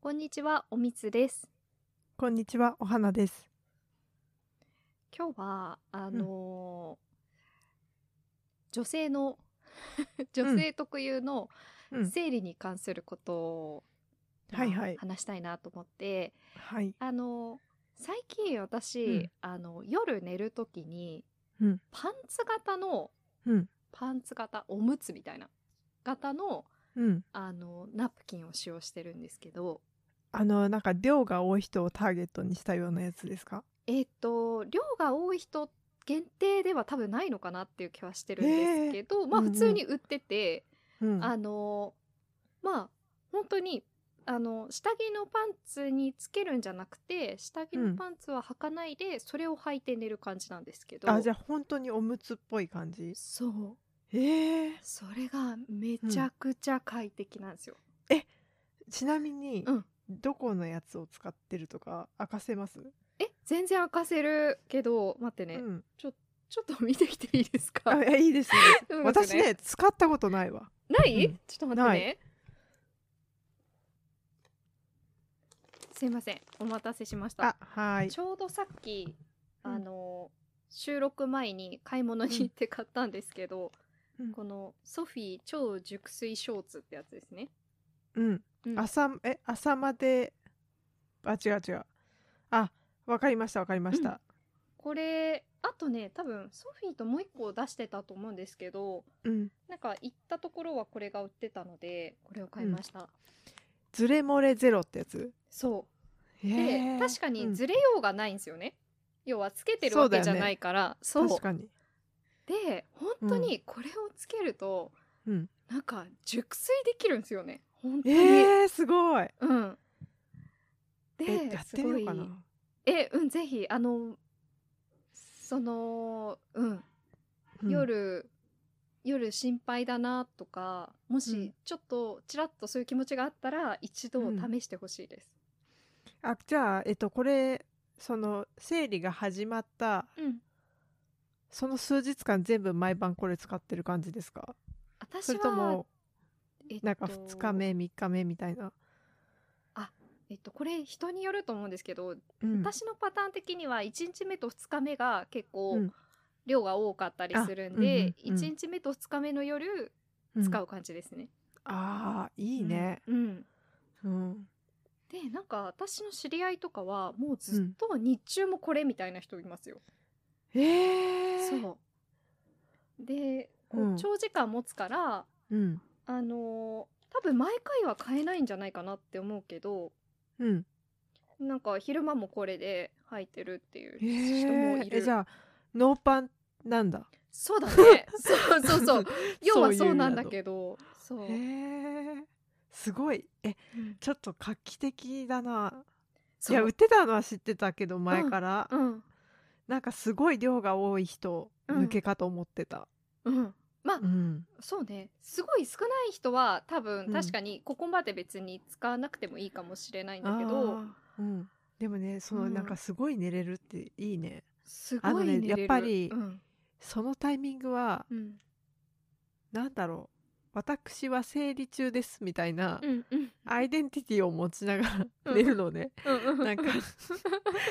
こんにちは、おみつです。こんにちは、お花です。今日はあのー女性の 女性特有のうん、生理に関することを、はいまあはい話したいなと思って、はい、あのー最近私、うんあの夜寝るときに、うんパンツ型のうん、パンツ型おむつみたいな型のうん、あのナプキンを使用してるんですけど、あの、なんか量が多い人をターゲットにしたようなやつですか。えっと量が多い人限定では多分ないのかなっていう気はしてるんですけど、まあうんう普ん通に売ってて、うん、あのまあ本当にあの下着のパンツにつけるんじゃなくて下着うのんパンツは履かないで、それを履いて寝る感じなんですけどあ、じゃあ、本当におむつっぽい感じ。そうええそれがめちゃくちゃ快適なんですよ。ちなみに、うんどこのやつを使ってるとか、明かせます。え全然明かせるけど待ってうね、ん、ちょっと見てきていいですかあ、えいいですね。 うん私ね、使ったことないわ。ない、うんちょっと待ってね。すいません、お待たせしましたあ。、はいち。ょうどさっき、うんあの、収録前に買い物に行って買ったんですけど、うんこのソフィー超熟睡ショーツってやつですね。うん、うん朝、え、朝まで。あ、違う違う。あ、わかりました、わかりました。これ、あとね、多分ソフィーともう一個出してたと思うんですけど、うん、なんか行ったところはこれが売ってたので、これを買いました。ズレ漏れゼロってやつ。そう。へでえ確かうにんずれようがないんですよね、要はつけてるわけじゃないからそう,、確かに、で本当にこれをつけると、うん、なんか熟睡できるんですよね本当えに、ー、すごいうんえでやってみようかすごいなえうんぜひあのそのうん、うん夜夜心配だなとかもうしんちょっとちらっとそういう気持ちがあったら一度うん試してほしいです、あじゃあえっとこれその生理が始まったうん、その数日間全部毎晩これ使ってる感じですか私はそれともえっとなんか2日目3日目みたいな、えっと、これ人によると思うんですけど、うん、私のパターン的には1日目と2日目が結構うん量が多かったりするんで、あうんうんうん1日目と2日目の夜うん使う感じですね。あーいいね、うん、うんうんでなんか私の知り合いとかはもうずっと日中もこれみたいな人いますよ。えー、そうで、こううん長時間持つからうんあのー多分毎回は買えないんじゃないかなって思うけどうんなんか昼間もこれで履いてるっていうえ人もいー、る。えじゃあノーパンなんだそうだ ね。そうそうそう。要はそうなんだどけど。そうへえすごいえうんちょっと画期的だなそ。いうや売ってたのは知ってたけど前から、うん。なんかすごい量が多い人うん抜けかと思ってた、うん。まあう、んそうね。すごい少ない人は多う分ん確かにここまで別に使わなくてもいいかもしれないんだけあど、ーうん、でもねその、うんなんかすごい寝れるっていいねすあごのいね寝れる。やっぱりうん。そのタイミングは、うん。なんだろう私は生理中ですみたいな、うん。うん。アイデンティティを持ちながうらん寝るのね、うん。 なんか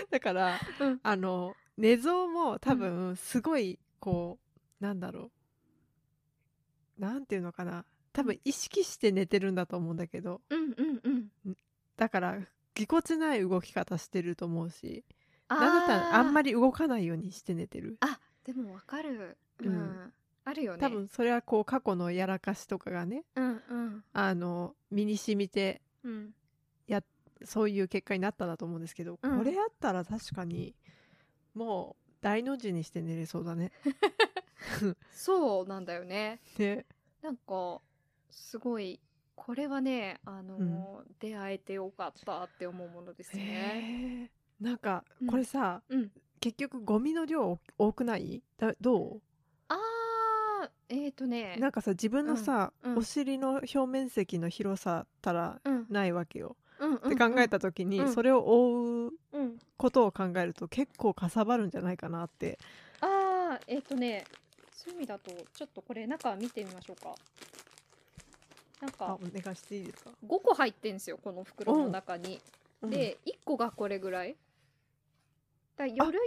だからうんあの寝相も多分すごいこうなんだろうなんていうのかな多分意識して寝てるんだと思うんだけどうん。うん。 うん。だからぎこちない動き方してると思うしなんだったらあんまり。り動かないようにして寝てるあ、でもわかる。ううんん。あるよね。多分それはこう過去のやらかしとかがねうん。うん。あの身に染みてうん。そういう結果になったんだと思うんですけど、うんこれあったら確かにもう大の字にして寝れそうだね。そうなんだよね。ねなんかすごいこれはねあのー、出会えてよかったって思うものですね。へえなんかうんこれさ、うん。結局ゴミの量お多くないだどあーえっ、とねう。なんかさ自分のさ、うんうんお尻の表面積の広さたらうんないわけよ、うんうんって考えた時に、うんそれを覆ううん。うんことを考えると結構かさばるんじゃないかなってあーえっ、とねそういう意味だとちょっとこれ中見てみましょうか。なんあかお願いしていいですか、 5個入ってんすよこの袋の中に、うんで1個がこれぐらいだから夜用の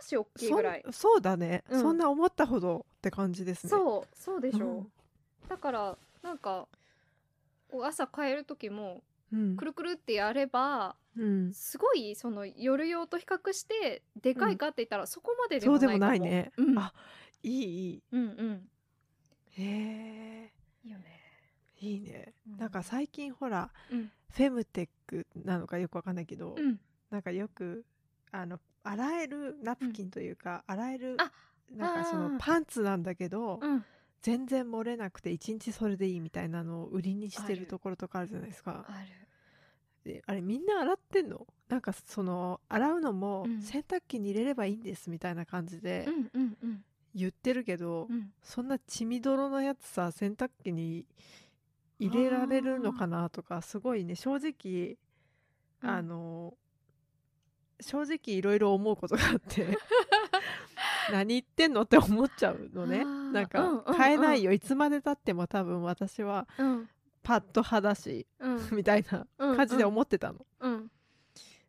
少し大きいそぐんらいそうだね、うんそんな思ったほどって感じですねうそうそうでしょ、うんだからなんかこう朝帰る時もうんくるくるってやればうん、すごいその夜用と比較してでかいかって言ったら、そこまででそもうないでかももないね、うんあいいいうんうんいへえいいよねいいね、うんなんか最近ほらうんフェムテックなのかよくわかんないけど、うんなんかよくあの洗えるナプキンというか、洗えるあなんかそあーのパンツなんだけど、うん全然漏れなくて一日それでいいみたいなのを売りにしてあるるところとかあるじゃないですかあるであれみんな洗ってんのなんかその洗うのもうん洗濯機に入れればいいんですみたいな感じでうんうんうん言ってるけど、うんそんな血みどろのやつさ洗濯機に入れられるのかなとかすごいね正直うんあの正直いろいろ思うことがあって 何言ってんのって思っちゃうのあねーなんうんうんかうん変えないよいつまでたっても多分私はうんパッド派だしうんみたいなうん感じで思ってたの。うん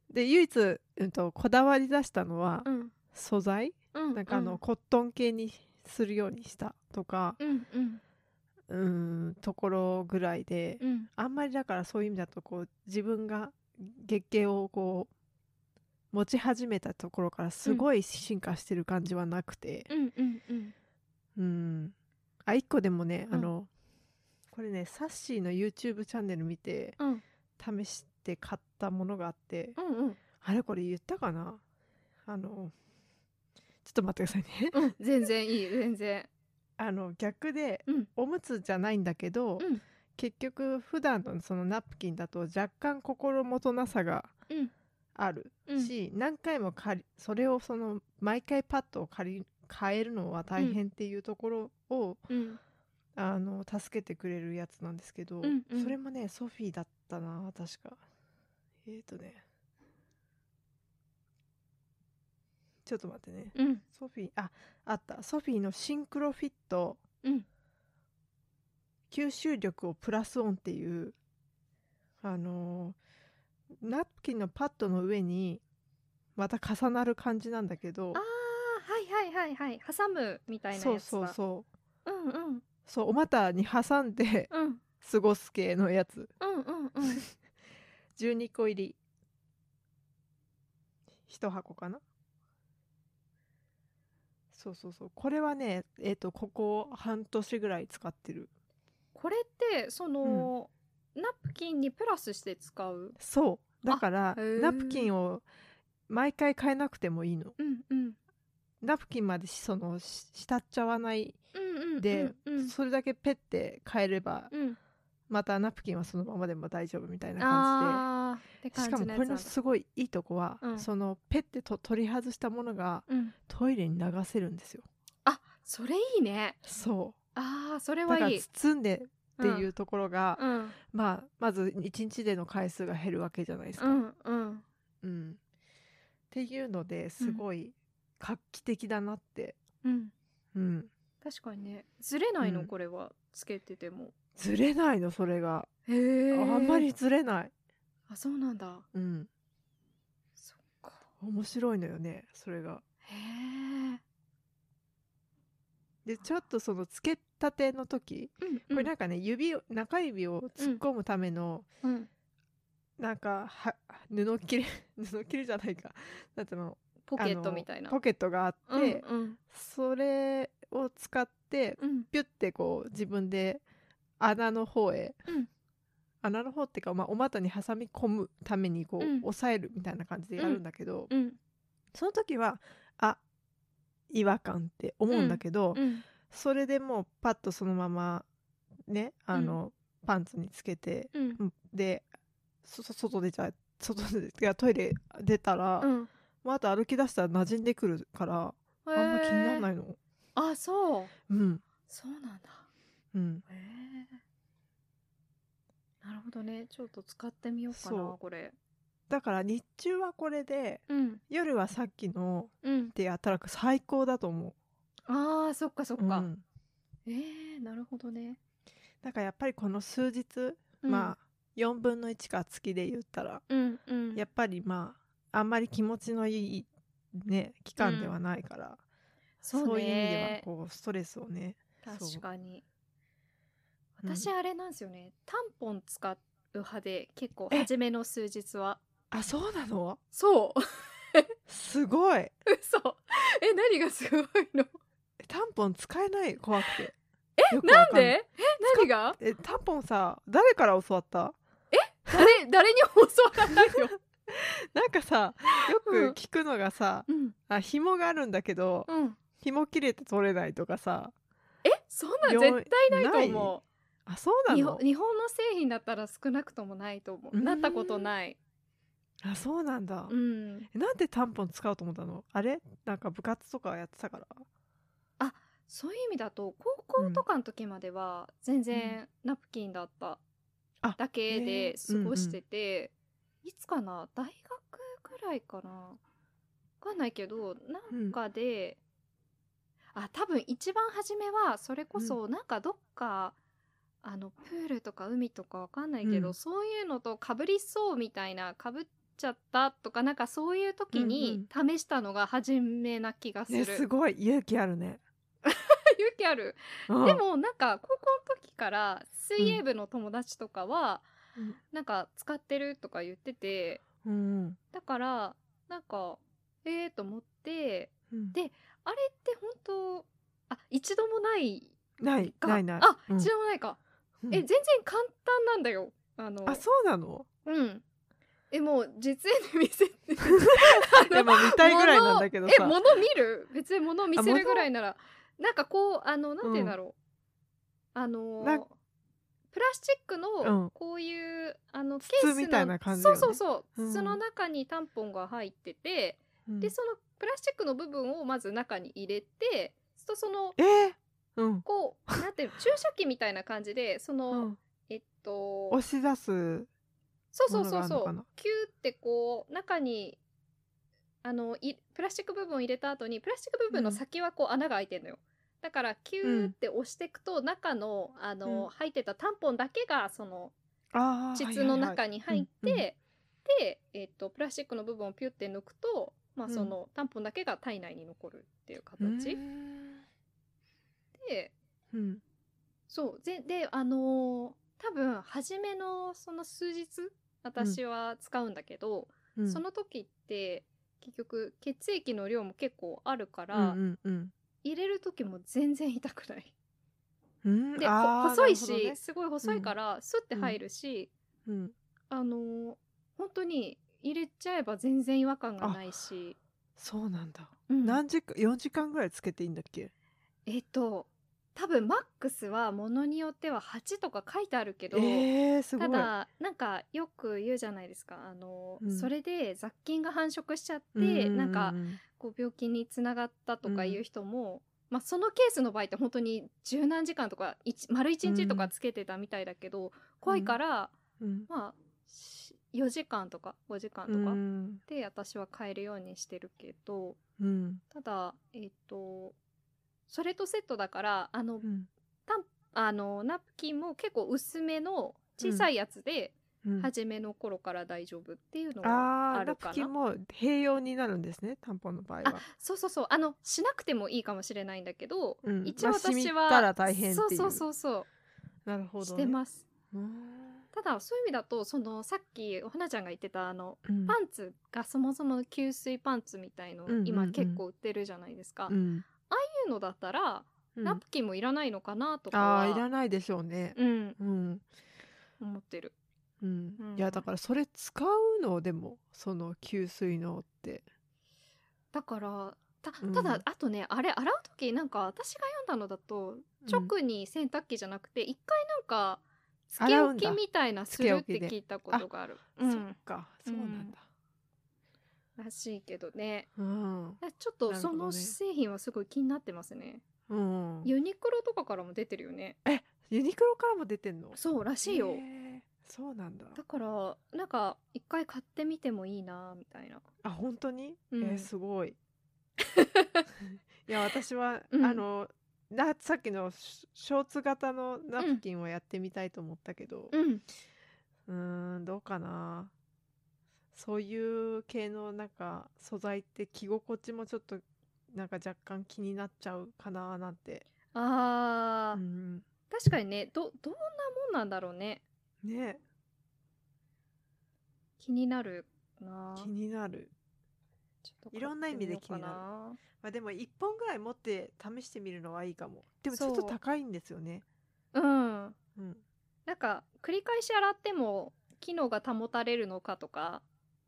で唯一、うん、とこだわり出したのはうん素材うんなんかあのコットン系にするようにしたとかうんうんうーんところぐらいでうんあんまりだからそういう意味だとこう自分が月経をこう持ち始めたところからすごい進化してる感じはなくてうんうんうんうんあ一個でもねうんあの、これねサッシーの YouTube チャンネル見てうん試して買ったものがあってうんうんあれこれ言ったかなあのちょっと待ってくださいねうん全然いい全然あの逆でうんおむつじゃないんだけうど、ん結局普段のそのナプキンだと若干心もとなさがうんあるうんし、何回も借りそれをその毎回パッドを借り変えるのは大変っていうところを、うんあの助けてくれるやつなんですけど、うんうんそれもねソフィーだったな確かえっ、ー、とねちょっと待ってねうんソフィーああったソフィーのシンクロフィットうん吸収力をプラスオンっていうあのーナプキンのパッドの上にまた重なる感じなんだけどああはいはいはいはい挟むみたいなそやうつだそうそううんうんそうお股に挟んで うん過ごす系のやつうんうんうん12個入り1箱かなそうそうそうこれはねえっ、とここ半年ぐらい使ってる これってその、ナプキンにプラスして使うそうだからへーナプキンを毎回変えなくてもいいのうんうんナプキンまでしそのし浸っちゃわないうんうんで、うんうんそれだけペッて変えれば、うんまたナプキンはそのままでも大丈夫みたいな感あーってじで感しじかものこやつなれんのだすごいいいとこは、うんそのペッてと取り外したものがうんトイレに流せるんですよあそれいいねそあーそれうだはからいい包んでっていううところが、んうんまあまず1日での回数が減るわけじゃないですか、うんうんうんっていうのですごい画期的だなって、うんうん、確かにねずれないの、うんこれはつけててもずれないのそれが、へえあんまりずれない、あそうなんだうん、そっか面白いのよねそれが。へえでちょっとそのつけたての時うんこうれんなんかね指を中指を突っ込むための、うんなんかは布切れ 布切れじゃないかなんていうのポケットみたいあなのポケットがあって、うんうんそれを使ってうんピュッてこう自分で穴の方へ、うん穴の方っていうか、まあ、お股に挟み込むためにこう、うん押さえるみたいな感じでやるんだけど、うんその時はあ違和感って思うんだけど、うんそれでもうパッとそのままねあの、パンツにつけてうんうんでそそ外出ちゃ外でいやトイレ出たら、うんまあ、あと歩き出したら馴染んでくるからああんま気にならないいの。あそううんそうなんだうん、へえなるほどねちょっと使ってみようかなそうこれだから日中はこれでうん夜はさっきのうんでやったら最高だと思あーそっかそっう。か、うんえー、なるほどねなんかやっぱりこの数日、うんまあ4分の1か月で言ったら、うんうんやっぱりまああんまり気持ちのいいね期間ではないから、そういう意味ではこうストレスをねはそう確かにうん私あれなんですよね、タンポン使う派で結構え初めの数日はあそうなのそう すごい嘘え何がすごいのタンポン使えない怖くてえなんでえ何がえタンポンさ誰から教わった誰 誰にも教わらないよ、 なんかさようんく聞くのがさ、うんあ紐があるんだけどうん、紐切れて取れないとかさえそんなんよ絶対ないと思あそううな日の本日本の製品だったら少なくともないと思ううーんなったことないあそうなんだ、うんえなんでタンポン使うと思ったのあれなんか部活とかやってたからそういう意味だと高校とかの時までは全然ナプキンだったあだけへでー過ごしてて、いつかな大学くらいかなわかんないけどなんかで、あ多分一番初めはそれこそなんかどっか、あのプールとか海とかわかんないけど、うんそういうのとかぶりそうみたいなかぶっちゃったとかなんかそういう時に試したのが初めな気がする。ねすごい勇気あるね、 勇気あるうんでもなんか高校の時から水泳部の友達とかはなんか使ってるとか言っててうんだからなんかええと思ってうんであれって本当あ一度もないないかないないあ、うん一度もないか、うんえ全然簡単なんだよあのあそうなのうんえもう実演で見せて でも見たいぐらいなんだけどさ物をえ物見る別に物を見せる物ぐらいならなんかこうあのなんて言うんだろう、あのなープラスチックうのんこういう、あのケ筒ースのみたいな感じよねそうそうそう、うんその中にタンポンが入ってて、うんでそのプラスチックの部分をまず中に入れてそうするとそのえーうんこうなんていうの注射器みたいな感じでその、うんえっと押し出すそうそうそうそものがあるのかうなキューってこう中にあのいプラスチック部分を入れた後にプラスチック部分のうん先はこう穴が開いてるのよ、だからキューって押していくと中のあの、うん入ってたタンポンだけがそのあー膣の中に入って、うんうんで、えっとプラスチックの部分をピュって抜くと、まあ、うんそのタンポンだけが体内に残るっていうはいはいう形、んでうんそうでであのー多分初めのその数日私は使うんだけど、うんその時って結局血液の量も結構あるから、うんうん入れる時も全然痛く ない。うんうんでこあー細いなるほし、どねすごい細いからスッて入るし、うんあのー本当に入れちゃえば全然違和感がないし、そうなんだうん何時間4時間ぐらいつけていいんだっけえっ、と多分マックスはものによっては8とか書いてあるけど、えー、すごたいだなんかよく言うじゃないですか、あのーうんそれで雑菌が繁殖しちゃって、うんうんうんなんかこう病気につながったとかいう人も、まあ、そのケースの場合って本当に十何時間とか一丸一日とかつけてたみたいだけど、怖いから、うんまあし4時間とか5時間とうかんで私は変えるようにしてるけどうんただえっ、とそれとセットだからあのうんあのナプキンも結構薄めの小さいやつでうん初めの頃から大丈夫っていうのあがああるかナプな。キンも併用になるんですねタンポンの場合はそうそうそうあのしなくてもいいかもしれないんだけど、うん一応まあ私染は、みたら大変っていうそうそうそうなるほそうどしてますすうんただそういう意味だとそのさっきお花ちゃんが言ってたあのうんパンツがそもそも吸水パンツみたいの、うんうんうん今結構売ってるじゃないですか、うっんていうのだったら、うんナプキンもいらないのかなとかあはあいらないでしょうねうんうん思ってるうんうんいやだからそれ使うのでもその吸水のってだからたうんただ、あとねあれ洗う時なんか私が読んだのだと直に洗濯機じゃなくて一、回なんかつけ洗う置んきだみたいなするって聞いたことがあるうんうそんっかそうなんだらしいけどねうんちょっとなるほそどねの製品はすごい気になってますねうんユニクロとかからも出てるよねユニクロからも出てんのそうらしいよへーそうなんだだからなんか一回買ってみてもいいなみたいなあ本当に、 うんえーすごいいや私は、うんあのなさっきのシショーツ型のナプキンはやってみたいと思ったけど、うんうーんどうかなそういう系のなんか素材って着心地もちょっとなんか若干気になっちゃうかななんて、うあー、ん、確かにねどどんなもんなんだろうねね気になるな気になる、ちょっと買っていろんな意味みでようかなまあ、でも1本ぐらい持って試してみるのはいいかもでもちょっとそう高いんですよねうんうんなんか繰り返し洗っても機能が保たれるのかとか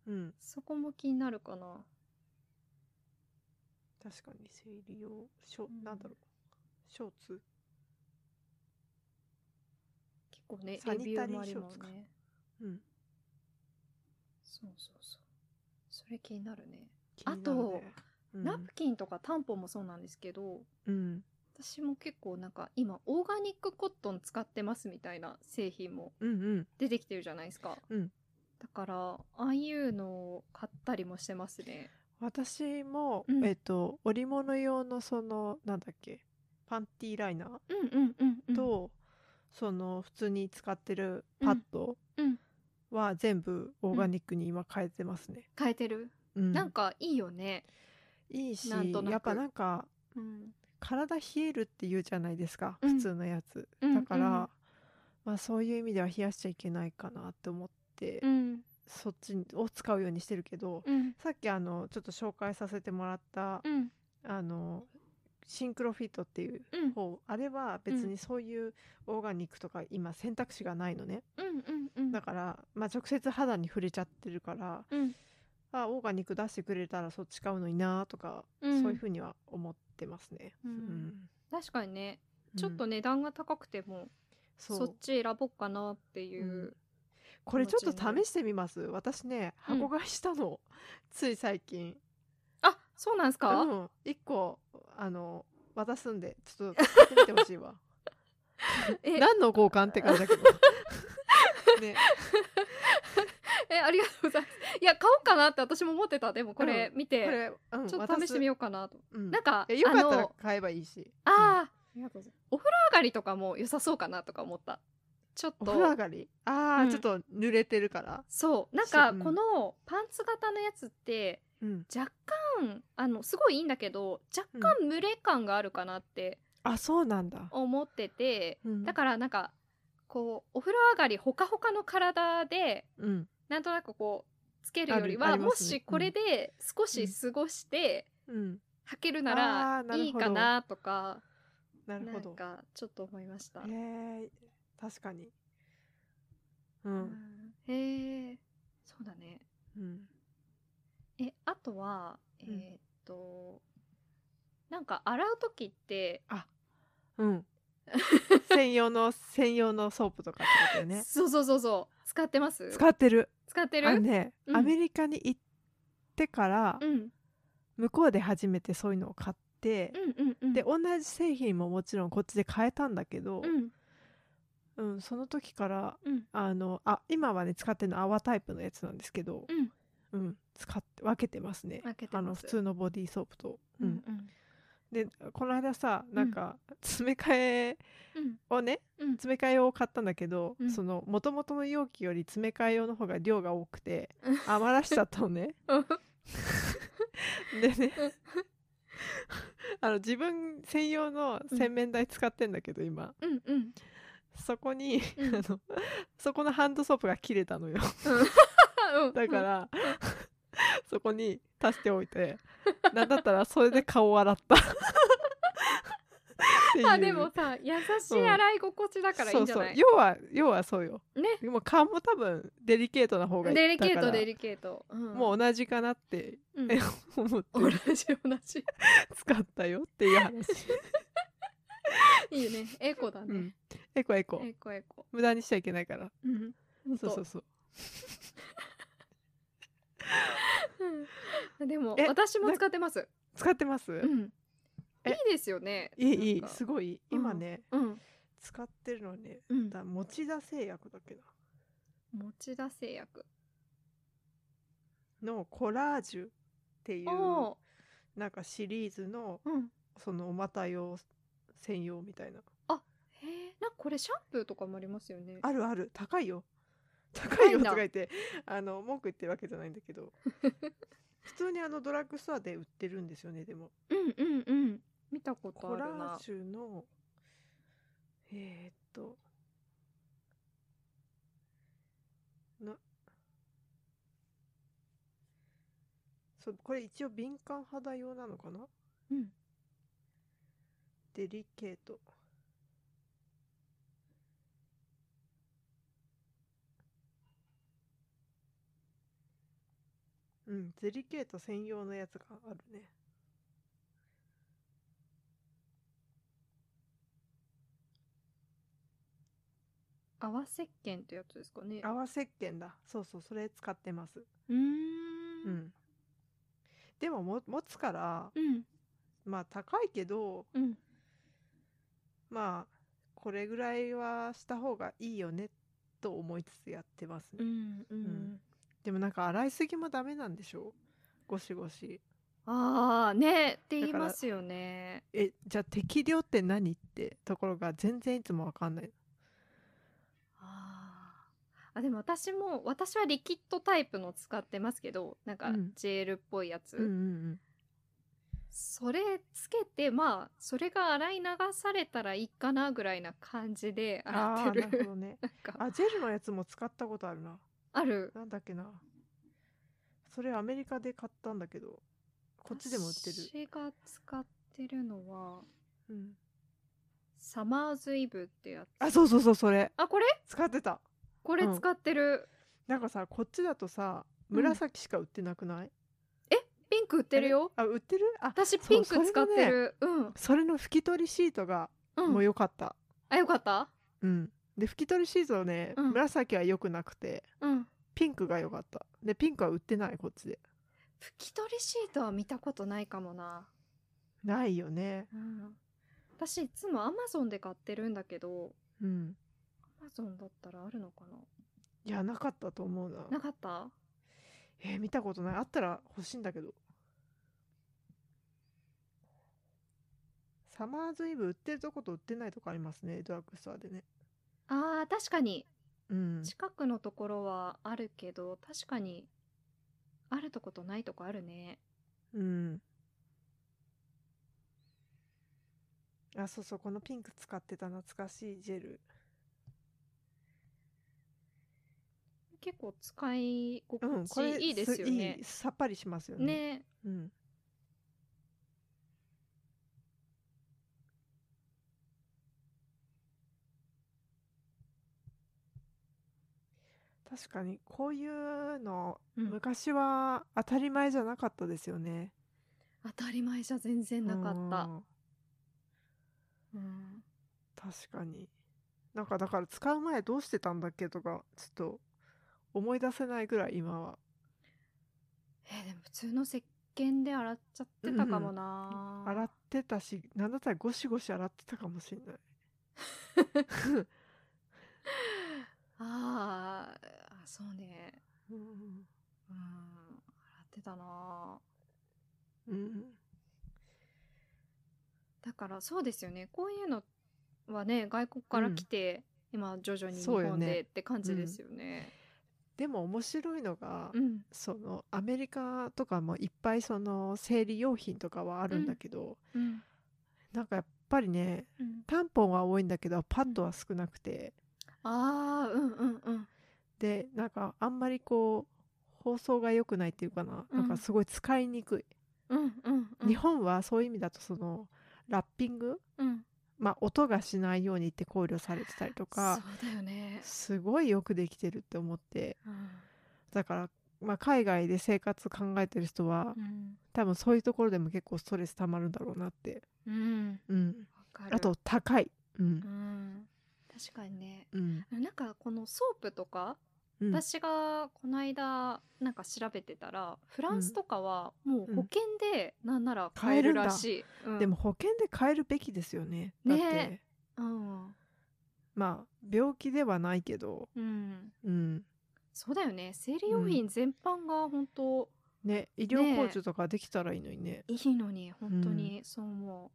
うんそこも気になるかな確かに生理用ショ、うんなんだろうショーツ結構ねサレニビュターリーもありますショーツかねうんそうそうそうそれ気になるね気になるねあとうんナプキンとかタンポもそうなんですけどうん私も結構なんか今オーガニックコットン使ってますみたいな製品もうんうん出てきてるじゃないですか、うんだからああいうのを買ったりもしてますね私も、うんえっと織物用のそのなんだっけパンティーライナーうんうんうんうんと、その普通に使ってるパッドうんうんは全部オーガニックに今変えてますね、変えてる、うんなんかいいよねいいしなんとなくやっぱなんかうん体冷えるって言うじゃないですか、うん普通のやつ、うんだから、うんまあそういう意味では冷やしちゃいけないかなって思って、うんそっちを使うようにしてるけど、うんさっきあのちょっと紹介させてもらった、うんあのシンクロフィットっていううん方、あれは別にそういうオーガニックとか今選択肢がないのね、うんうんうんだから、まあ、直接肌に触れちゃってるからうんあオーガニック出してくれたらそっち買うのになとか、うんそういうふうには思ってますね。うん確かにねうんちょっと値段が高くても、そうそっち選ぼうかなっていう、うんこれちょっと試してみます私ねうん箱買いしたの、つい最近あそうなんすうか、ん1個あの渡すんでちょっと使ってみてほしいわ え何の交換って感じ だけどねえありがとうございますいや買おうかなって私も思ってたでもこれ見こて、れ、うん、ちょっと試してみようかなと、う、うん、なんかいやよかったあらの買えばいいしうんあー、ありがとうございますお風呂上がりとかも良さそうかなとか思ったちょっお風呂上とがりああ、うんちょっと濡れてるから、そうなんかうんこのパンツ型のやつってうん、若干あのすごいいいんだけど若干蒸れ感があるかなってあそうなんだ、思ってて、うん、だからなんかこうお風呂上がりほかほかの体でら、うんなんとなくこうつけるよりあるは、ありまもすねしこれで少し過ごして、うん、履けるならあーなるいほいどかなとかななるほんどかちょっと思いました。へえ確かにう、うんんへえそうだね。うん、えあとはえんーっと、なんか洗う時って、うん。専用の専用のソープとかってことだよ ね。そうそうそうそう使ってます使ってる。使ってあのる、ね、うんアメリカに行ってから、うん、うん向こうで初めてそういうのを買って、うんうんで同じ製品ももちろんこっちで買えたんだけどう、んうん、その時からうんあのあ今はね使ってるの泡タイプのやつなんですけど、うんうん、使って分けてますね。分けてますあの普通のボディーソープと。ううんん、うんでこの間さなんか詰め替えうんをねうん詰め替え用を買ったんだけど、うんその元々の容器より詰め替え用の方が量が多くて余らしちゃった のね。 でねうんあの自分専用の洗面台使ってんだけど今、うんうんそこに、うんあのそこのハンドソープが切れたのようん だから、そこに足しておいてなんだったらそれで顔を洗ったってい うあでもさ優しい洗い心地だからいいんじゃない、そうそう要は要はそうよねでも顔も多分デリケートな方がいいデリケーだトからデリケート、うんもう同じかなってうん 思って同じ同じ使ったよっていう話、 いいよねエコだうねん、エコエコエコエコ無駄にしちゃいけないからうんそうそううそううんでもえ私も使ってます使ってます、うんいえいですよねいいいいなんかすごい今ね、うん使ってるのはねうんだ持田製薬だっけな持ち出製薬のコラージュっていうおーなんかシリーズのうんそのお股用専用みたいなへえなんかこれシャンプーとかもありますよねあるある高いよ高高いいんよだとか言ってあの文句言ってるわけじゃないんだ けど普通にあのドラッグストアで売ってるんですよねでもうんうんうん見たことコあラるなージュのえー、っとなそうこれ一応敏感肌用なのかなうんデリケートうんデリケート専用のやつがあるね泡石鹸ってやつですかね泡石鹸だそうそうそれ使ってますうーんう、んでもも持つからうんまあ高いけどうんまあこれぐらいはした方がいいよねと思いつつやってますね、うんうんんでもなんか洗いすぎもダメなんでしょゴシゴシああねって言いだからますよねえじゃあ適量って何ってところが全然いつもわかんないあーあでも私も私はリキッドタイプの使ってますけどなんかうんジェールっぽいやつ、うんうんそれつけてまあそれが洗い流されたらいいかなぐらいな感じでうん洗あっあてーるなるほどね なんかあジェルのやつも使ったことあるなあるなんだっけなそれアメリカで買ったんだけどこっちでも売ってる、私が使ってるのはうん、サマーズイブってやつあそうそうそうそれあこれ使ってたこれうん使ってる、なんかさこっちだとさうん紫しか売ってなくない、ピンク売ってるよあ売ってるあ私そうピンク使ってるう,、それの拭き取りシートがん、もう、うん良かった、あよかったうんで拭き取りシートね、うん紫は良くなくてうんピンクが良かったでピンクは売ってないこっちで拭き取りシートは見たことないかもな、ないよねうん、私いつもアマゾンで買ってるんだけどうんアマゾンだったらあるのかいやなかったと思うなななかったえー見たことないあったら欲しいんだけどサマーズイブ売ってるとこと売ってないとこありますねドラッグストアでねあー確かにうん近くのところはあるけど確かにあるとことないとこあるねうんあそうそうこのピンク使ってた懐かしいジェル結構使いうん心地これいいですよねいい、さっぱりしますよねねうん確かにこういうのうん昔は当たり前じゃなかったですよね。当たり前じゃ全然なかった、うんた。確かに。なんかだから使う前どうしてたんだっけとかちょっと思い出せないぐらい今はえーでも普通の石鹸で洗っちゃってたかもな、洗ってたしなんだったらゴシゴシ洗ってたかもしれない。あーあそうねうんうん洗ってたなうんだからそうですよねこういうのはね外国から来て、今徐々に日そうよ本ねでって感じですよねでも面白いのが、うんそのアメリカとかもいっぱいその生理用品とかはあるんだけど、うんなんかやっぱりねうんタンポンは多いんだけどパッドは少なくてああうんうんうんでなんかあんまりこう包装が良くないっていうかな、うんなんかすごい使いにくい、うんうんうん日本はそういう意味だとそのラッピングうんまあ音がしないようにって考慮されてたりそとうかだよね、すごいよくできてるって思ってうんだから、まあ、海外で生活考えてる人はうん多分そういうところでも結構ストレス溜まるんだろうなって、うん、うん、わかるあと高い、うんうん確かにねうんなんかこのソープとかうん、私がこの間なんか調べてたらフランスとかはもう保険でなんなら買えるらしい、うんでも、保険で変えるべきですよねだって、ねうんまあ病気ではないけど、うん、うん、そうだよね生理用品全般が本当ね医療控除とかできたらいいのにねいいのに、本当にそう思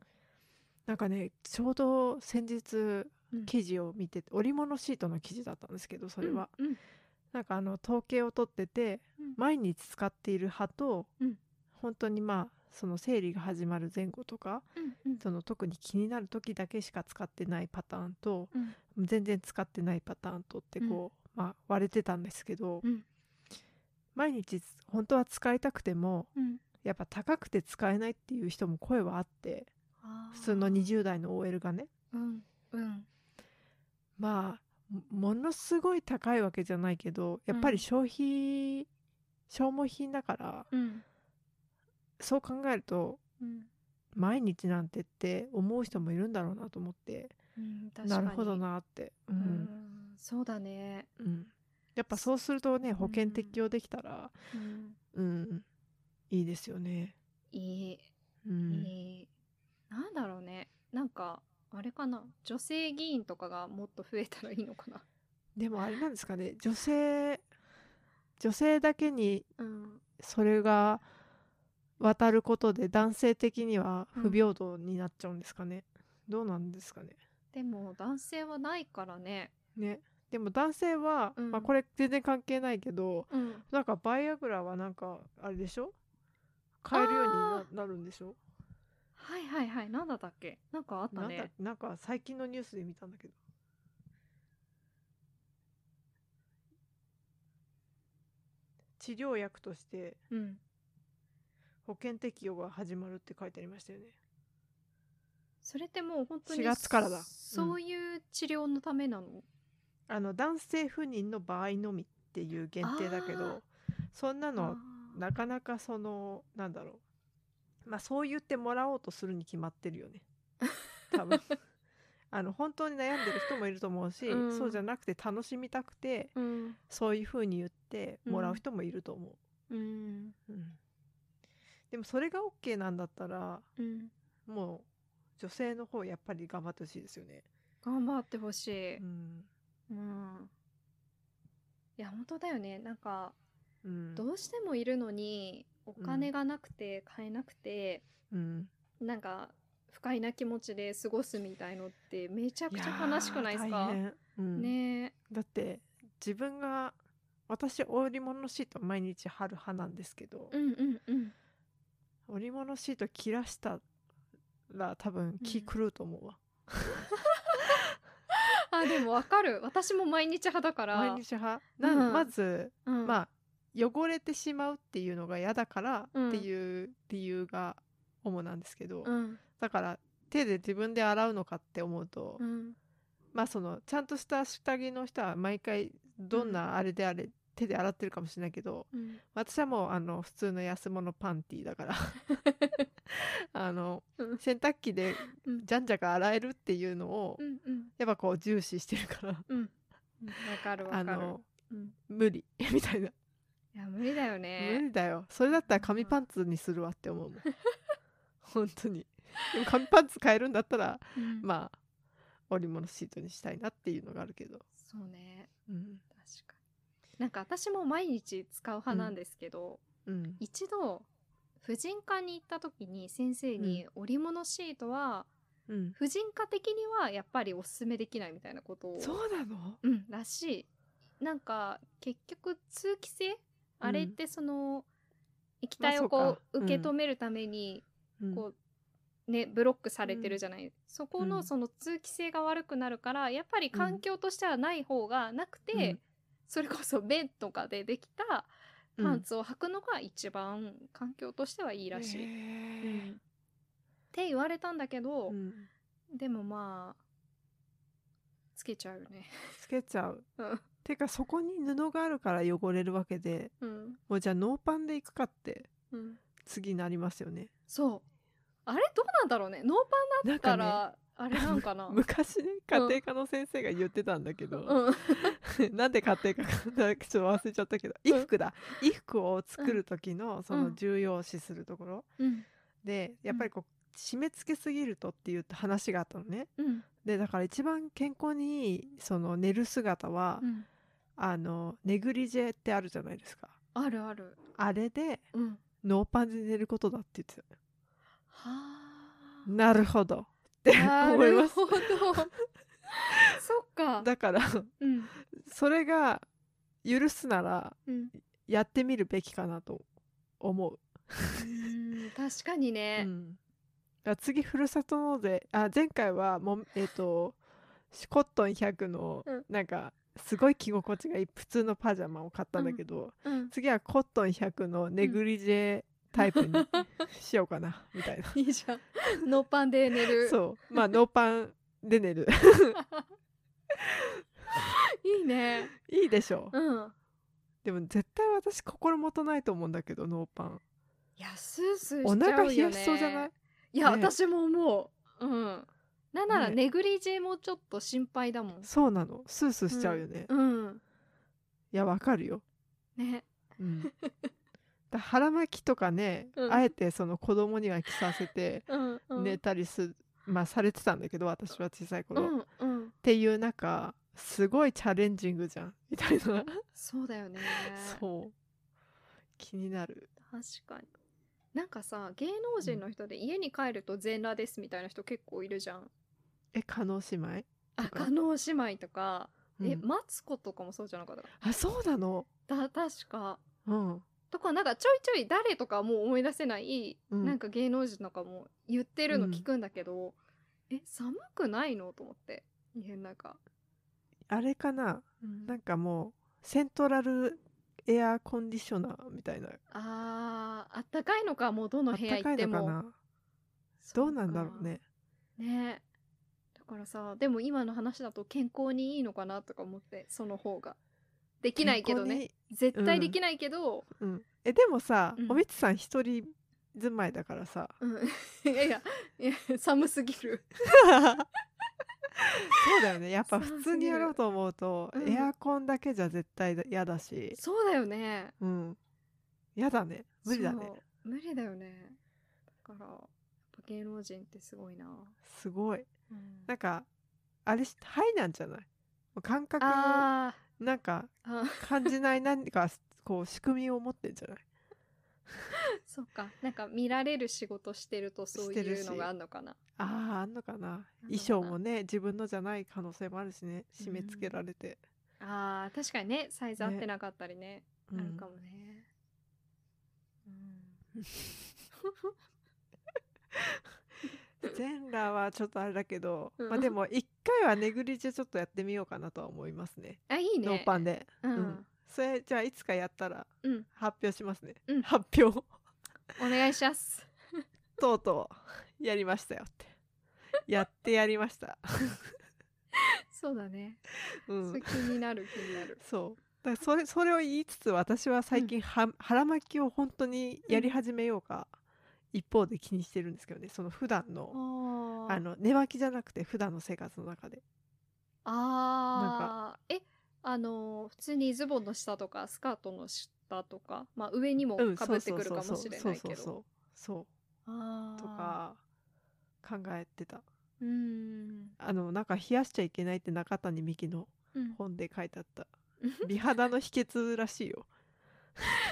なんかねちょうど先日記事を見てて、織物シートの記事だったんですけどそれは、うんうんなんかあの統計を取っててうん毎日使っている歯と、うん本当にまあその生理が始まる前後とかうんうんその特に気になる時だけしか使ってないパターンとうん全然使ってないパターンとってこう、まあ、割れてたんですけど、うん毎日本当は使いたくてもうんやっぱ高くて使えないっていう人も声はあって普通の20代の OL がねうんうんまあもものすごい高いわけじゃないけどやっぱり消費、消耗品だからうんそう考えるとうん毎日なんてって思う人もいるんだろうなと思ってうん確かなにるほどなって、ううんんそうだねうんやっぱそうするとね保険適用できたら、うんうんいいですよね。いいうん、いいなんだろうねなんかあれかな女性議員とかがもっと増えたらいいのかなでもあれなんですかね女性女性だけにうんそれが渡ることで男性的には不平等になっちゃうんですかね、どうなんですかねでも男性はないからねねでも男性は、うんまあ、これ全然関係ないけどうんなんかバイアグラはなんかあれでしょ買えるようにななるんでしょはいはいはいなんだったっけなんかあったなんだねなんか最近のニュースで見たんだけど治療薬としてうん保険適用が始まるって書いてありましたよねそれってもう本当に4月からだうんそういう治療のためなの、あの男性不妊の場合のみっていう限定だけあどそんなあのなかなかそのなんだろうまあそう言ってもらおうとするに決まってる よね多分あの本当に悩んでる人もいると思うし、うんそうじゃなくて楽しみたくてーうんそういうふうに言ってもらう人もいると思うんう、うんでもそれが OK なんだったらうんもう女性の方やっぱり頑張ってほしいですよね、頑張ってほしいうんうんいや本当だよねなんかうんどうしてもいるのにお金がなくて買えなくて、うんなんか不快な気持ちで過ごすみたいのってめちゃくちゃ悲しくないですかやー大変うんねえだって自分が私織物シート毎日貼る派なんですけど、うんうんうん織物シート切らしたら多分気狂うと思うわ、あでもわかる私も毎日派だから毎日派な、うんまず、うん、まあ汚れてしまうっていうのが嫌だからうんっていう理由が主なんですけど、うんだから手で自分で洗うのかって思うと、うんまあそのちゃんとした下着の人は毎回どんなあれであれ手で洗ってるかもしれないけど、うん私はもうあの普通の安物パンティー だからあのうん洗濯機でうんじゃんじゃか洗えるっていうのをうんうんやっぱこう重視してるからうんわかるわあかるのうん、無理みたいないや無理だよ無ね理だよそれだったら紙パンツにするわって思 うもん本当にでも紙パンツ買えるんだったらうんまあ織物シートにしたいなっていうのがあるけど、そうねうん確かになんか私も毎日使う派なんですけど、うん、一度婦人科に行った時に先生に織物シートは、うん、婦人科的にはやっぱりおすすめできないみたいなことをそうなのうん、らしいなんか結局通気性、あれってその液体をまあそこうかううん受け止めるためにうんこうねブロックされてるじゃない、そこうのんその通気性が悪くなるからやっぱり環境としてはない方がなくて、うんそれこそ便とかでできたうんパンツを履くのが一番環境としてはいいらしい。へうんーって言われたんだけど、うんでもまあつけちゃうよね。 つけちゃううんてかそこに布があるから汚れるわけでうんもうじゃあノーパンでいくかってうん、次なりますよねそうあれどうなんだろうねノーパだンだからあれなんかな。昔ね家庭科の先生が言ってたんだけど、うん、 なんで家庭科かなんかちょっと忘れちゃったけど衣服だ衣服を作る時のそうのん重要視するところうんでやっぱりこう締め付けすぎるとっていう話があったのねうんでだから一番健康にいいその寝る姿は、うん、あのネグリジェってあるじゃないですかあるある。あれでうん、ノーパンで寝ることだって言ってたはあ。なるほどってな思いまるすほど そっかだからうんそれが許すならうんやってみるべきかなと思う、うん確かにうね、ん、だから次ふるさと納税あ前回はも うえっ、とシコットン100のうんなんかすごい着心地がいい普通のパジャマを買ったんだけど、うん、次はコットン100のネグリジェタイプ にしようかなみたいな。いいじゃんノーパンで寝るそうまあノーパンで寝る いいねいいでしょううんでも絶対私心もとないと思うんだけどノーパンいやスースーおしちゃ腹う冷よやねしそうじゃないいや、ね私も思ううんなんならねネグリジェもちょっと心配だもんそうなのスースーしちゃうよね、いうんやわかるよ、ねうん、だ腹巻きとかね、うんあえてその子供には着させてうんうん寝たりする、まあされてたんだけど私は小さい頃、うっんうんていう中すごいチャレンジングじゃんみたいなそうだよね そう気になる確かになんかさ芸能人の人で家に帰ると全裸ですみたいな人結構いるじゃんえ加納姉妹、あか加納姉妹とかえうんマツコとかもそうじゃなかったかあそうなのだ確かうんとかなんかちょいちょい誰とかはもう思い出せない、うんなんか芸能人とかも言ってるのうん聞くんだけど、え寒くないのと思って家の中あれかななんかもうセントラルエアコンディショナーみたいなあーあったかいのかもうどのあっ部屋た行かっいてのかもなそどかうなんだろうねねだからさでも今の話だと健康にいいのかなとか思ってその方ができないけどね、絶対できないけど、健康にうん、えでもさ、うんおみつさん一人住まいだから さうんいやいやいや寒すぎるそうだよねやっぱ普通にやろうと思うと、そうすぎるうんエアコンだけじゃ絶対嫌だしそうだよねうん嫌だね無理だねそう無理だよねだからやっぱ芸能人ってすごいな、すごういんなんかあれしはいなんじゃないもう感覚あなんかーあ 感じない何かこう仕組みを持ってんじゃないそっかなんか見られる仕事してるとそうしてるいうしのがあんのかなあああんのかなな衣装もね自分のじゃない可能性もあるしね締め付けられて、あー確かにねサイズ合ってなかったりねうんあるかもね、うん、 全裸はちょっとあれだけど、うんまあでも一回はネグリジェちょっとやってみようかなとは思いますねあいいねノーパンで、うん、うんそれじゃあいつかやったらうん発表しますね、うん発表お願いし ますとうとうやりましたよってやってやりま した、そうだね、うそれん、気になる気になるそうだからそれそれを言いつつ私は最近は、腹巻きを本当にやり始めようか、一方で気にしてるんですけどねその普段の、 ああの寝巻きじゃなくて普段の生活の中であーえあのー普通にズボンの下とかスカートの下とか、まあ、上にもうんかぶってくるかもしれないけそうそうそどうそうそうあーとか考えてたうーんあのなんか冷やしちゃいけないって中谷美紀のうん本で書いて あったう美肌の秘訣らしいよ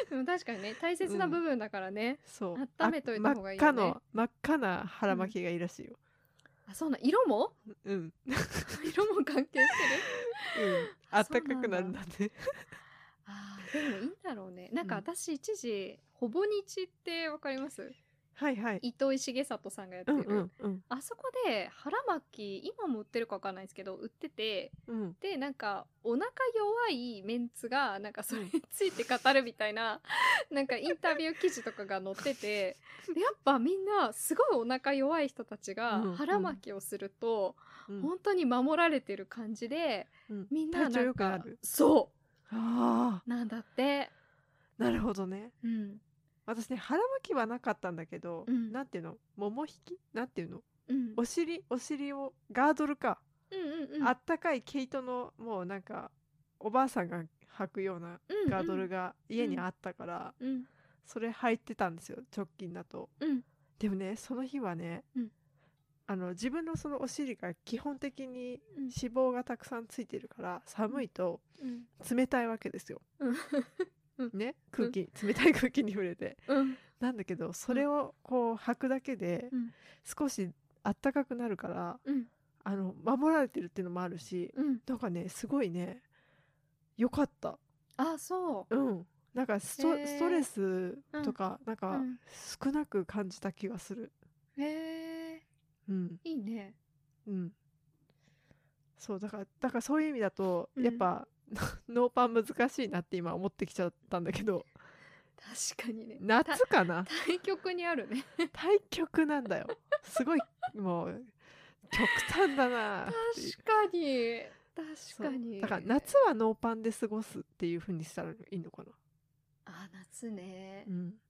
でも確かにね大切な部分だからね、そう温めといた方がいいよねあ真っ赤の真っ赤な腹巻きがいいらしいよあそうなん色も うん、うん色も関係してるああっそうなたんだかくなるんだねあーでもいいんだろうねなんかうん私一時、ほぼ日ってわかりますはいはい糸井重里さんがやってうる、んうんうんあそこで腹巻き今も売ってるかわかんないですけど売っててうんでなんかお腹弱いメンツがなんかそれについて語るみたいな なんかインタビュー記事とかが載っててでやっぱみんなすごいお腹弱い人たちがうん腹巻きをするとうん本当に守られてる感じでうんみんな体調なん良くなかるそあうなんだってーなるほどねうん私ね腹巻きはなかったんだけど、うんなんていうのもも引きなんていうのうんお尻お尻をガードルか、うんうんうんあったかい毛糸のもうなんかおばあさんが履くようなうんうんガードルが家にあったから、うんそれ履いてたんですよ直近だとうんでもねその日はね、うんあの自分のそのお尻が基本的にうん脂肪がたくさんついてるから寒いとうん冷たいわけですようんね空気、 冷たい空気に触れてうんなんだけどそれをこう履くだけでうん少しあったかくなるからうんあの守られてるっていうのもあるしうんなんかねすごいねよかったあそううんなんかストへーストレスとか、なんうかん少なく感じた気がするへえうんいいねうんそうだからだからそういう意味だと、うんやっぱ ノーパン難しいなって今思ってきちゃったんだ けど確かにねた夏かな対極にある ね 対極なんだよすごいもう極端だなっていう確かに確かそにうだから夏はノーパンで過ごすっていう風にしたらいいのかなあ夏ね、うん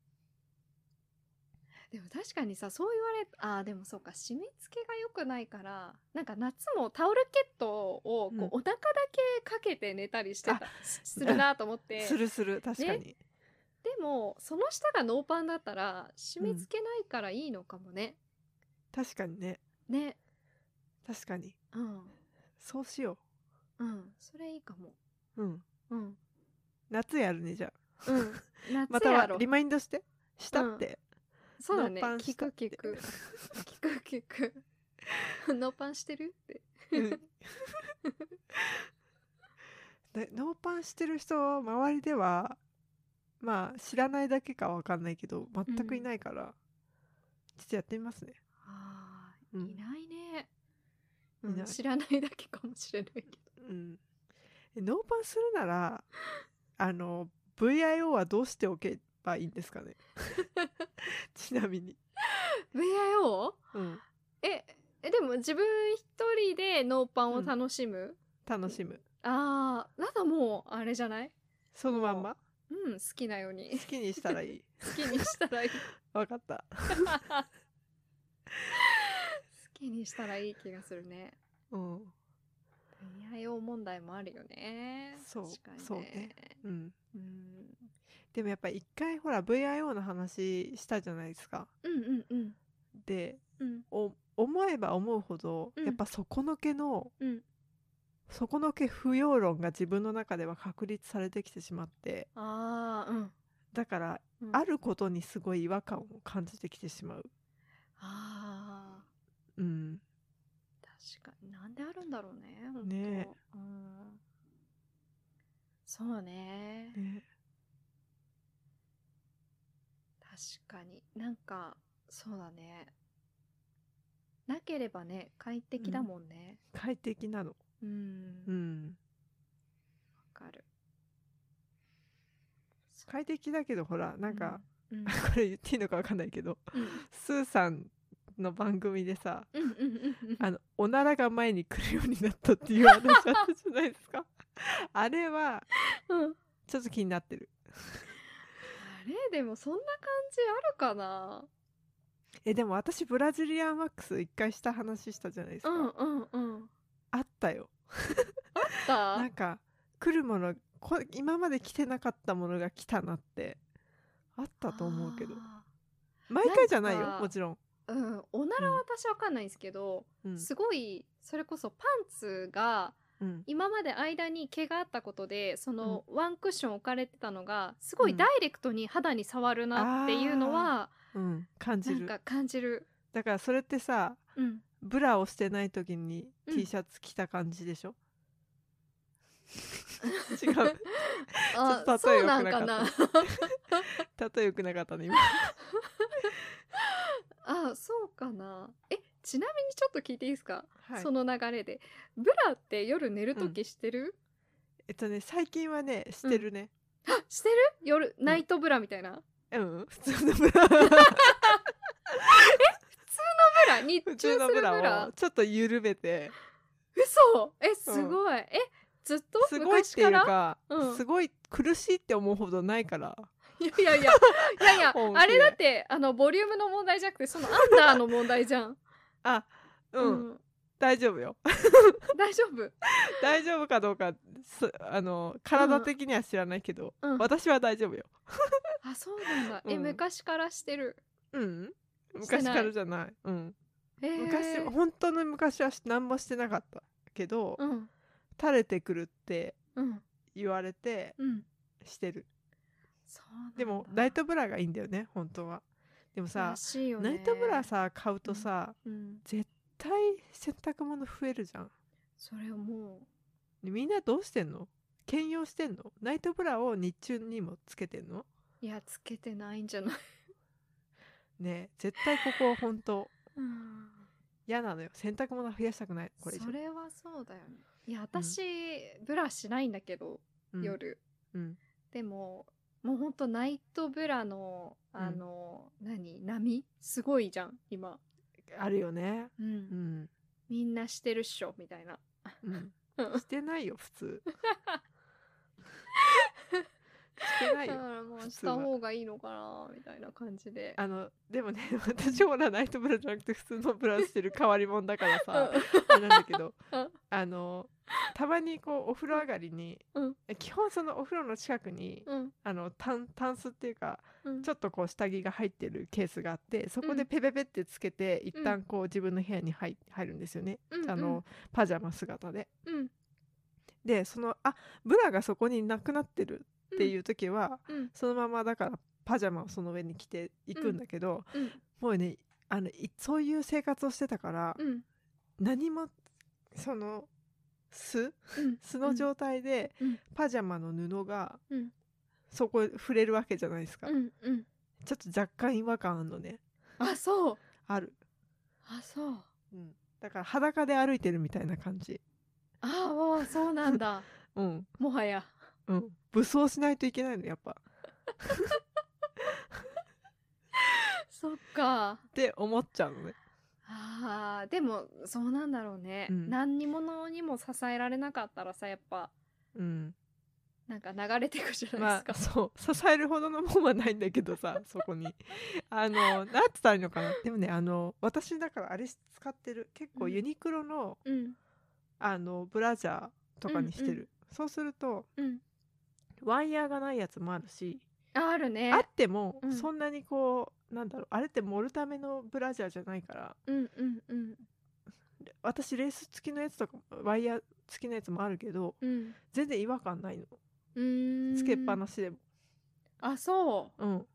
でも確かにさそう言われあでもそうか締め付けが良くないからなんか夏もタオルケットをこう、うんお腹だけかけて寝たりしてたあすするなと思ってするする確かに、でもその下がノーパンだったら締め付けないからいいのかもね、確かにねね確かにうんそうしようんそれいいかもううんうん夏やるねじゃあうん ま夏たやはろ、リマインドしてしたって、そうだねノーパン聞したくって聞 く聞く聞く ノーパンしてるってうん でノーパンしてる人周りではまあ知らないだけかわかんないけど全くいないから、ちょっとやってみますね、あーうんいないね、いなういん知らないだけかもしれないけどうん、えノーパンするならあの VIO はどうしておけばいいんですかね ちなみに、 VIO? うん、ええでも自分一人でノーパンを楽しむ、楽しむああなんかもうあれじゃないそのまんまうん好きなよう 好にきにしたらいい好きにしたらいい 好わかったきにしたらいい気がするねうん恋愛用問題もあるよねそう確かにねそうねうんうんでもやっぱ一回ほら VIO の話したじゃないですかうんうんうんでうんお思えば思うほど、うんやっぱ底のけの、うん底のけ不要論が自分の中では確立されてきてしまってああうんだから、うんあることにすごい違和感を感じてきてしまう、あうん、ー確かになんであるんだろうね本当ねうんそうねね確かになんかそうだねなければね快適だもんね快適なの、うんうわん、かる快適だけどほらなんか、うんこれ言っていいのかわかんないけどうんスーさんの番組でさうんうんうんうんあのおならが前に来るようになったっていう話あったじゃないですか あれは うんちょっと気になってるあれでもそんな感じあるかなえでも私ブラジリアンワックス一回した話したじゃないですうか、んうんうんあったよだなんか来るものこ今まで来てなかったものが来たなってあったと思うけどあ毎回じゃないよなんかもちろん、ーうんおならは私わかんないんですけど、うんすごいそれこそパンツがうん今まで間に毛があったことでそのワンクッション置かれてたのがすごいダイレクトに肌に触るなっていうのはうん、感じなんるか感じる。だからそれってさうん、ブラをしてない時にうん T シャツ着た感じでしょ、 違うあちょっと例そえうがな良んくなかかったな 例え良くなかったね今あそうかなえちなみにちょっと聞いていいですか、はいその流れでブラって夜寝る時してる、えっとね最近はねしてるねあしてる夜ナイトブラみたいな、うん、普通 のブラブラ日中普する通のブブララをちょっと緩めて嘘えすごい、えずっとすごいっ昔ていかうらか、うんすごい苦しいって思うほどないから いやいやいやいやい や面白いあれだってあのボリュームの問題じゃなくてそのアンダーの問題じゃんあうん、うん大丈夫よ 大丈夫大丈夫かどうかすあの体的には知らないけど、うん私は大丈夫よあそうなんだえ、うん昔からしてるうんして昔ないからじゃないうん、えー、昔本当の昔はし何もしてなかったけど、うん垂れてくるってうん言われてうんしてるそうなんだでもライトブラがいいんだよね本当はでもさら、しいよねナイトブラさ買うとさ、うん絶対洗濯物増えるじゃんそれをもでみんなどうしてんの兼用してんのナイトブラを日中にもつけてんのういやつけてないんじゃない、ねえ絶対ここ本当うん、嫌なのよ洗濯物増やしたくないこれ以上それはそうだよねいや私、ブラしないんだけど、うん、夜うんでももうほんとナイトブラのあの、何波すごいじゃん今、あるよねうんうん、みんなしてるっしょみたいなうん、うんしてないよ 普通してないだよからも普うし通はた方がいいのかなみたいな感じであのでもね私ほらナイトブラじゃなくて普通のブラしてる変わり者だからうさんあれなんだけど うんあのたまにこうお風呂上がりに、うん基本そのお風呂の近くに、うんあのタンタンスっていうかうんちょっとこう下着が入ってるケースがあってそこうでんペペペってつけて、一旦こう自分の部屋に入入るんですよね、うんうんあのパジャマ姿で。うんでそのあブラがそこになくなってるっていう時は、うんそのままだからパジャマをその上に着ていくんだけど、うんもうねあのいそういう生活をしてたから、うん何もその素うん素の状態で、うんパジャマの布が、うんそこ触れるわけじゃないですか、うんうんちょっと若干違和感あるのねあそうある、あそううん、だから裸で歩いてるみたいな感じああもうそうなん だうんもはやうん武装しないといけないのやっぱっそっかて思っちゃうのねあーでもそうなんだろうね、うん何にものにも支えられなかったらさやっぱうんなんか流れていくじゃないまであすか、そう支えるほどのもんはないんだけ どさそこにあのなんて言ったらいいのかなでもねあの私だからあれ使ってる結構うんユニクロの、うんあのブラジャーとかにしてる、うんうそうするとうんワイヤーがないやつもあるしああるねあってもうんそんなにこう、なんだろうあれって盛るためのブラジャーじゃないからうんうんうん私レース付きのやつとかワイヤー付きのやつもあるけどうん全然違和感ないのうーんつけっぱなしでもあそううん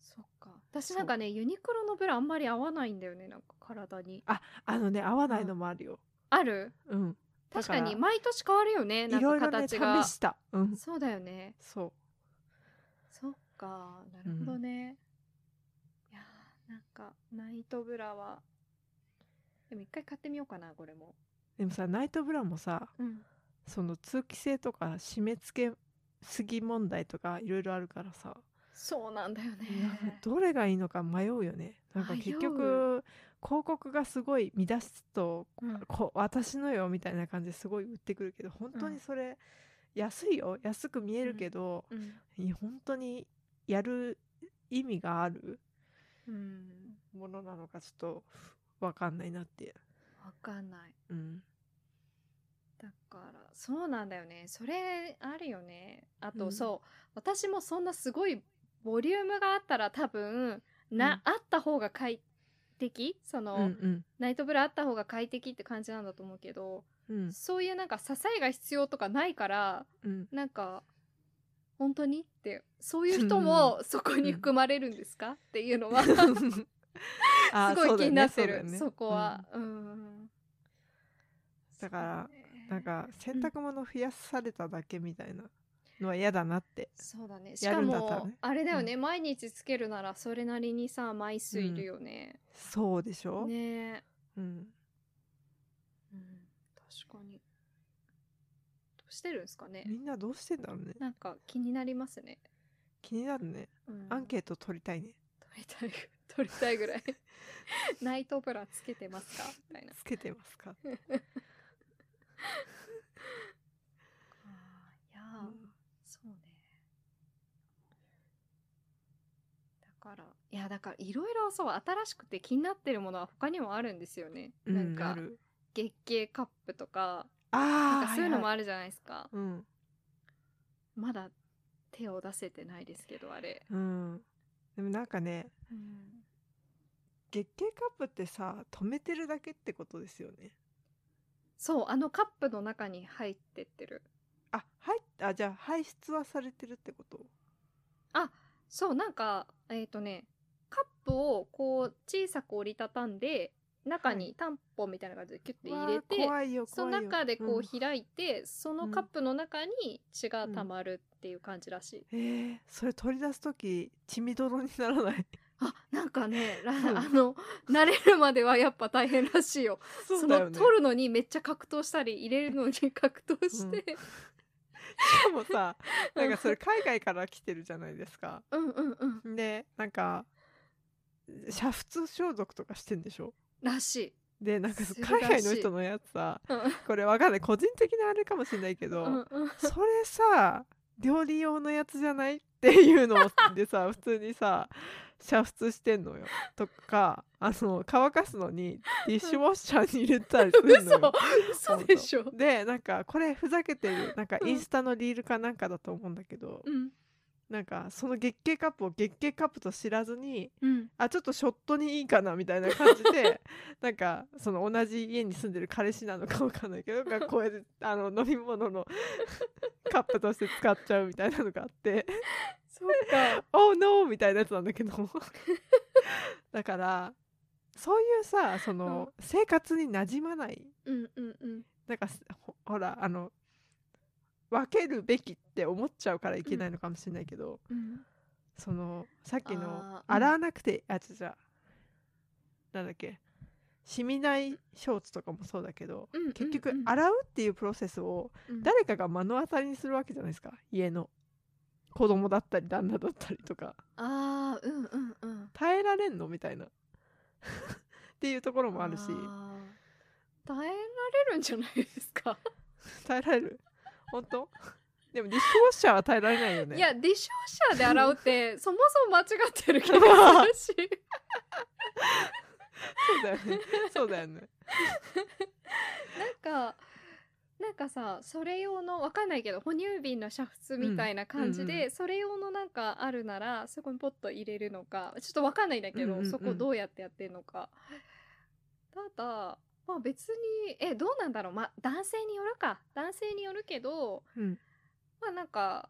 そっか私なんかねユニクロのブラあんまり合わないんだよねなんか体にあのね合わないのもあるよあるうんだ確からかに毎年変わるよねないんろかいろね形試が、したうんそうだよねそうそっかなるほどね、いやーなんかナイトブラはでも一回買ってみようかなこれもでもさナイトブラもさうんその通気性とか締め付けすぎ問題とかいろいろあるからさ、そうなんだよねなんかどれがいいのか迷うよねなんか迷う結局広告がすごい見出すとうんこ私のよみたいな感じですごい売ってくるけど本当にそれ、安いよ安く見えるけど、うん、いや本当にやる意味があるうん、ものなのかちょっとわかんないなって、わかんないうん、だからそうなんだよねそれあるよねあと、うんそう私もそんなすごいボリュームがあったら多分な、あった方が快適その、うんうんナイトブラあった方が快適って感じなんだと思うけど、うんそういうなんか支えが必要とかないから うんなんか本当にってそういう人もそこに含まれるんですか、っていうのはす あーごそいう気だよにねなってるうそ,、だよねこは、うんだからそううねんなんか洗濯物増やされただけみたいなのは嫌だなってそうだねしやかるんだったらねもあれだよね、毎日つけるならそれなりにさ枚数いるよね、そうでしょ、ねえ、うんうん、確かにどうしてるんですかねみんなどうしてんだろうねなんか気になりますね、気になるねうん、アンケート取りたいね取りたい取りたいぐら いナイトブラつけてますかみたいなつけてますか、いやー、そうねだからいやだからいろいろそう新しくて気になってるものは他にもあるんですよね、うなんかある月経カップとかあなーんかそういうのもはあるじゃないですか、いはいうんまだ手を出せてないですけどあれ、うんでもなんかねうん、月経カップってさ止めてるだけってことですよねそうあのカップの中に入ってってるあはいあじゃあ排出はされてるってことそうなんかえっ、とねカップをこう小さく折りたたんで中にタンポンみたいな感じでキュッて入れて、怖いよその怖いよ中でこんう開いて、そのカップの中に血がたまるっていう感じらしい、えー、それ取り出す時血みどろにならない あなんかね、らうんあの慣れるまではやっぱ大変らしいよそうだよのね取るのにめっちゃ格闘したり入れるのに格闘して、し かもさなんかそれ海外から来てるじゃないですかうん、うんうんでなんか煮沸消毒とかしてんでしょらしい、でなんかするらしい海外の人のやつさうんこれわかんない個人的なあれかもしれないけど、うんうん、それさ料理用のやつじゃないっていうのを でさ普通にさ煮沸してんのよとかあの乾かすのにディッシュウォッシャーに入れたりするのよ嘘。 嘘でしょほんとでなんかこれふざけてるなんかうんインスタのリールかなんかだと思うんだけど、うんなんかその月経カップを月経カップと知らずにうんあちょっとショットにいいかなみたいな感じでなんかその同じ家に住んでる彼氏なのかわかんないけどがこうやってあの飲み物の カップとして使っちゃうみたいなのがあってそうか「Oh no!」みたいなやつなんだけど だからそういうさその、生活に馴染まないうんうんうんなんかすほほらあの分けるべきって思っちゃうからいけないのかもしれないけど、うんそのさっきあーうのん洗わなくてあ違う違うなんだっけ染みないショーツとかもそうだけどうん結局うんうん洗うっていうプロセスをうん誰かが目の当たりにするわけじゃないですか家の子供だったり旦那だったりとかああうんうんうん耐えられんのみたいな っていうところもあるしー耐えられるんじゃないですか、耐えられる本当 でもディッシュウォッシャーは耐えられないよねいやディッシュウォッシャーで洗うって そもそも間違ってる気がするしそうだよねそうだよねなんかなんかさそれ用のわかんないけど哺乳瓶の煮沸みたいな感じで、うんうんうそれ用のなんかあるならそこにポッと入れるのかちょっとわかんないんだけど、うんうんうんそこどうやってやってんのかただまあ別にえどうなんだろうまあ男性によるか男性によるけどうんまあなんか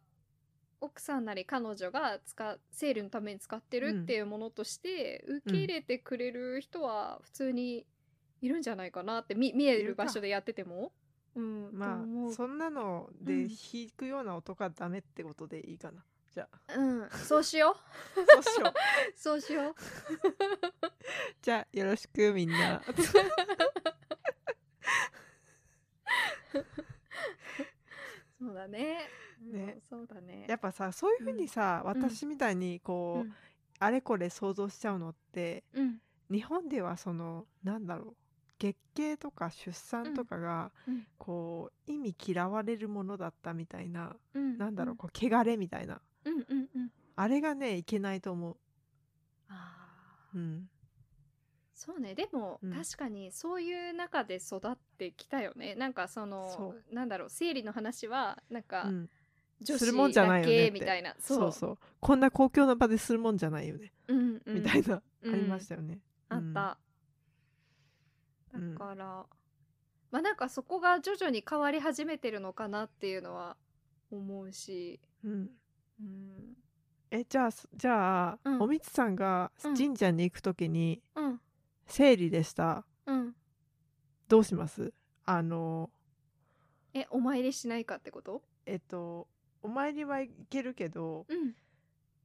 奥さんなり彼女が使うセールのために使ってるっていうものとして受け入れてくれる人は普通にいるんじゃないかなって見見えいるるか場所でやってても。うん、とま思あうそんなのうでん弾くような男はダメってことでいいかな、じゃ あうん、そうしよ そうしよううそうしようじゃあよろしくみ んなそうだねねうんそうだねやっぱさそういうふうにさ、ん私みたいにこう、うんあれこれ想像しちゃうのってうん日本ではそのなんだろう月経とか出産とかが、うんこう意味嫌われるものだったみたいな、うんなんだろうこう汚れみたいなうんうんうんうんあれがねいけないと思あーう、うん、そうねでも、うん確かにそういう中で育ってきたよねなんかそのそなんだろう生理の話はなんか、うん女するもん子じゃないだよねっけてみたいなそうそうこんな公共の場でするもんじゃないよね、うんうんみたいな、うんありましたよねあっうんた、うんだから、まあなんかそこが徐々に変わり始めてるのかなっていうのは思うしうんうんえじゃあそじゃあ、うんおみつさんがうん神社に行くときにうん生理でしたうんどうしますあのえお参りしないかってことえっとお参りは行けるけどうん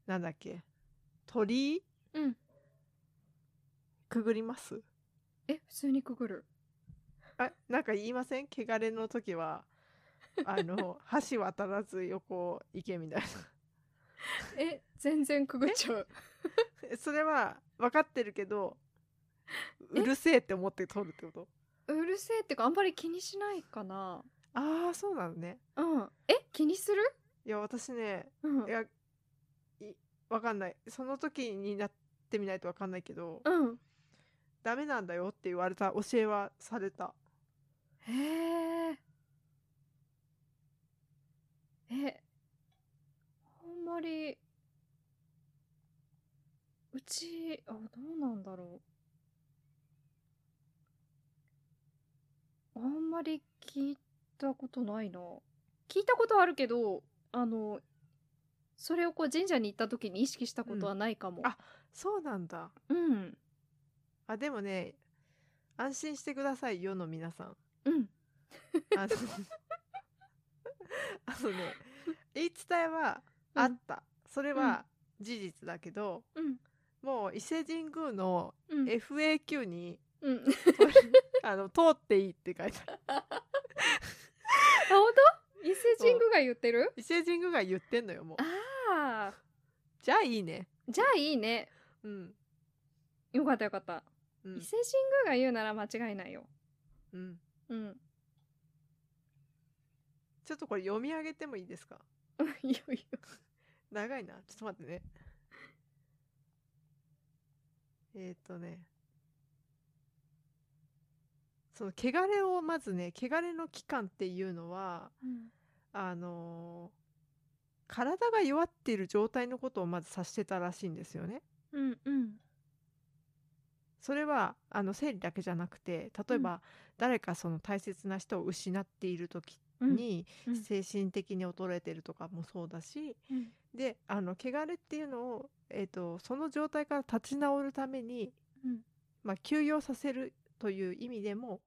なんだっけ鳥居うんくぐりますえ普通にくぐるあなんか言いません汚れの 時はあの橋渡らず横行けみたいなえ全然くぐっちゃうえ それは分かってるけどえうるせえって思って通るってことうるせえってかあんまり気にしないかなああそうなのねうんえ気にするいや私ねうんいやいわかんないその時になってみないとわかんないけど、うんダメなんだよって言われた教えはされたへえ。え、あんまり、うち、あ、どうなんだろう。あんまり聞いたことないな。聞いたことあるけど、あの、それをこう神社に行った時に意識したことはないかも。あそうなんだうん、あでもね安心してください世の皆さんうん、あのあのね言い伝えはあった、それは事実だけど、うん、もう伊勢神宮のうん、 FAQ に、うん、ああの通っていいって書いてある本当？伊勢神宮が言ってる？伊勢神宮が言ってんのよもうああ、じゃあいいねじゃあいいね。うんよかったよかった。う伊ん勢神宮が言うなら間違いないよ。うんうん。 ちょっとこれ読み上げてもいいですかいいよいいよ。長いなちょっと待ってねえーっとねその汚れをまずね汚れの期間っていうのはあのー体が弱っている状態のことをまず指してたらしいんですよね。うんうんそれはあの生理だけじゃなくて例えば、う誰かその大切な人を失っている時うんに、うん精神的に衰えてるとかもそうだしうんであの汚れっていうのを、えー、とその状態から立ち直るために、うんまあ、休養させるという意味でも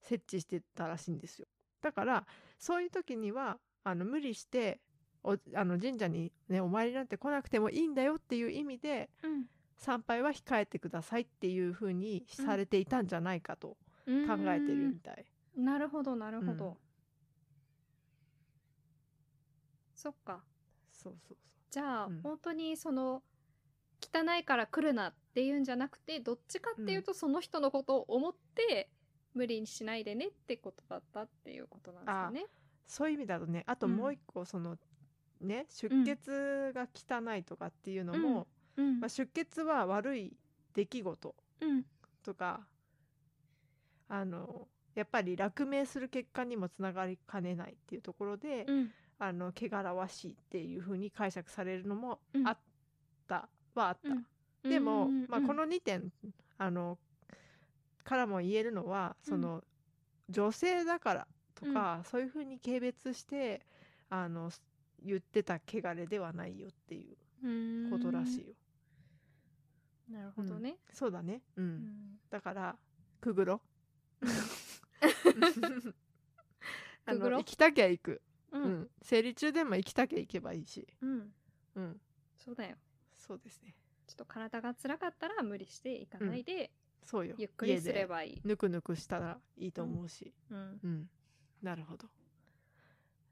設置してたらしいんですよ。だからそういう時にはあの無理しておあの神社に、ね、お参りなんて来なくてもいいんだよっていう意味でうん参拝は控えてくださいっていうふうにされていたんじゃないかとうん考えてるみたい。なるほどなるほど、うんそっかそうそうそじゃあ、うん本当にその汚いから来るなっていうんじゃなくてどっちかっていうとその人のことを思って、無理にしないでねってことだったっていうことなんですかね。うそういう意味だとねあとうんもう一個その、ね出ん血が汚いとかっていうのも、うんまあ、出血は悪い出来事うんとかあのやっぱり落命する結果にもつながりかねないっていうところで、うんあの汚らわしいっていうふうに解釈されるのもうんあった、はあった。うんでも、うんまあ、この2点あのからも言えるのはその、女性だからとか、そういうふうに軽蔑してあのす言ってた汚れではないよっていううんことらしいよ。なるほどね。そうだね、うんうんだからくぐ ろ あくぐのろ行きたきゃ行く、ううんん生理中でも行きたきゃ行けばいいし、うんうん、そうだよそうですねちょっと体が辛かったら無理していかないで、そうよゆっくりすればばいい。ぬくぬくしたらいいと思うし、うん、うん、なるほど。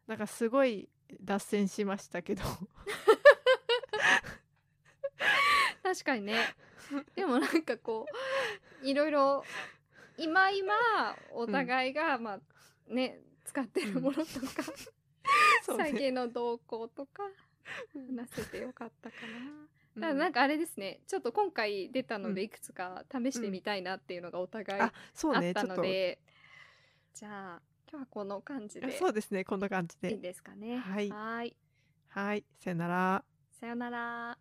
なんかすごい脱線しまし たけど、確かに ねでもなんかこういろいろ今今お互いが、まあね使ってるものとか、 そう最ね。近の動向とかうん話せてよかったかうな。ただなんんかあれですねちょっと今回出たのでうんいくつか試してみたいなっていうのがお互いあっあ、そうね、たちょっのと。で、じゃあ今日はこの感じでそうですね、こんな感じいいで。ですかね。はいはーいはい、さよなら。さよなら。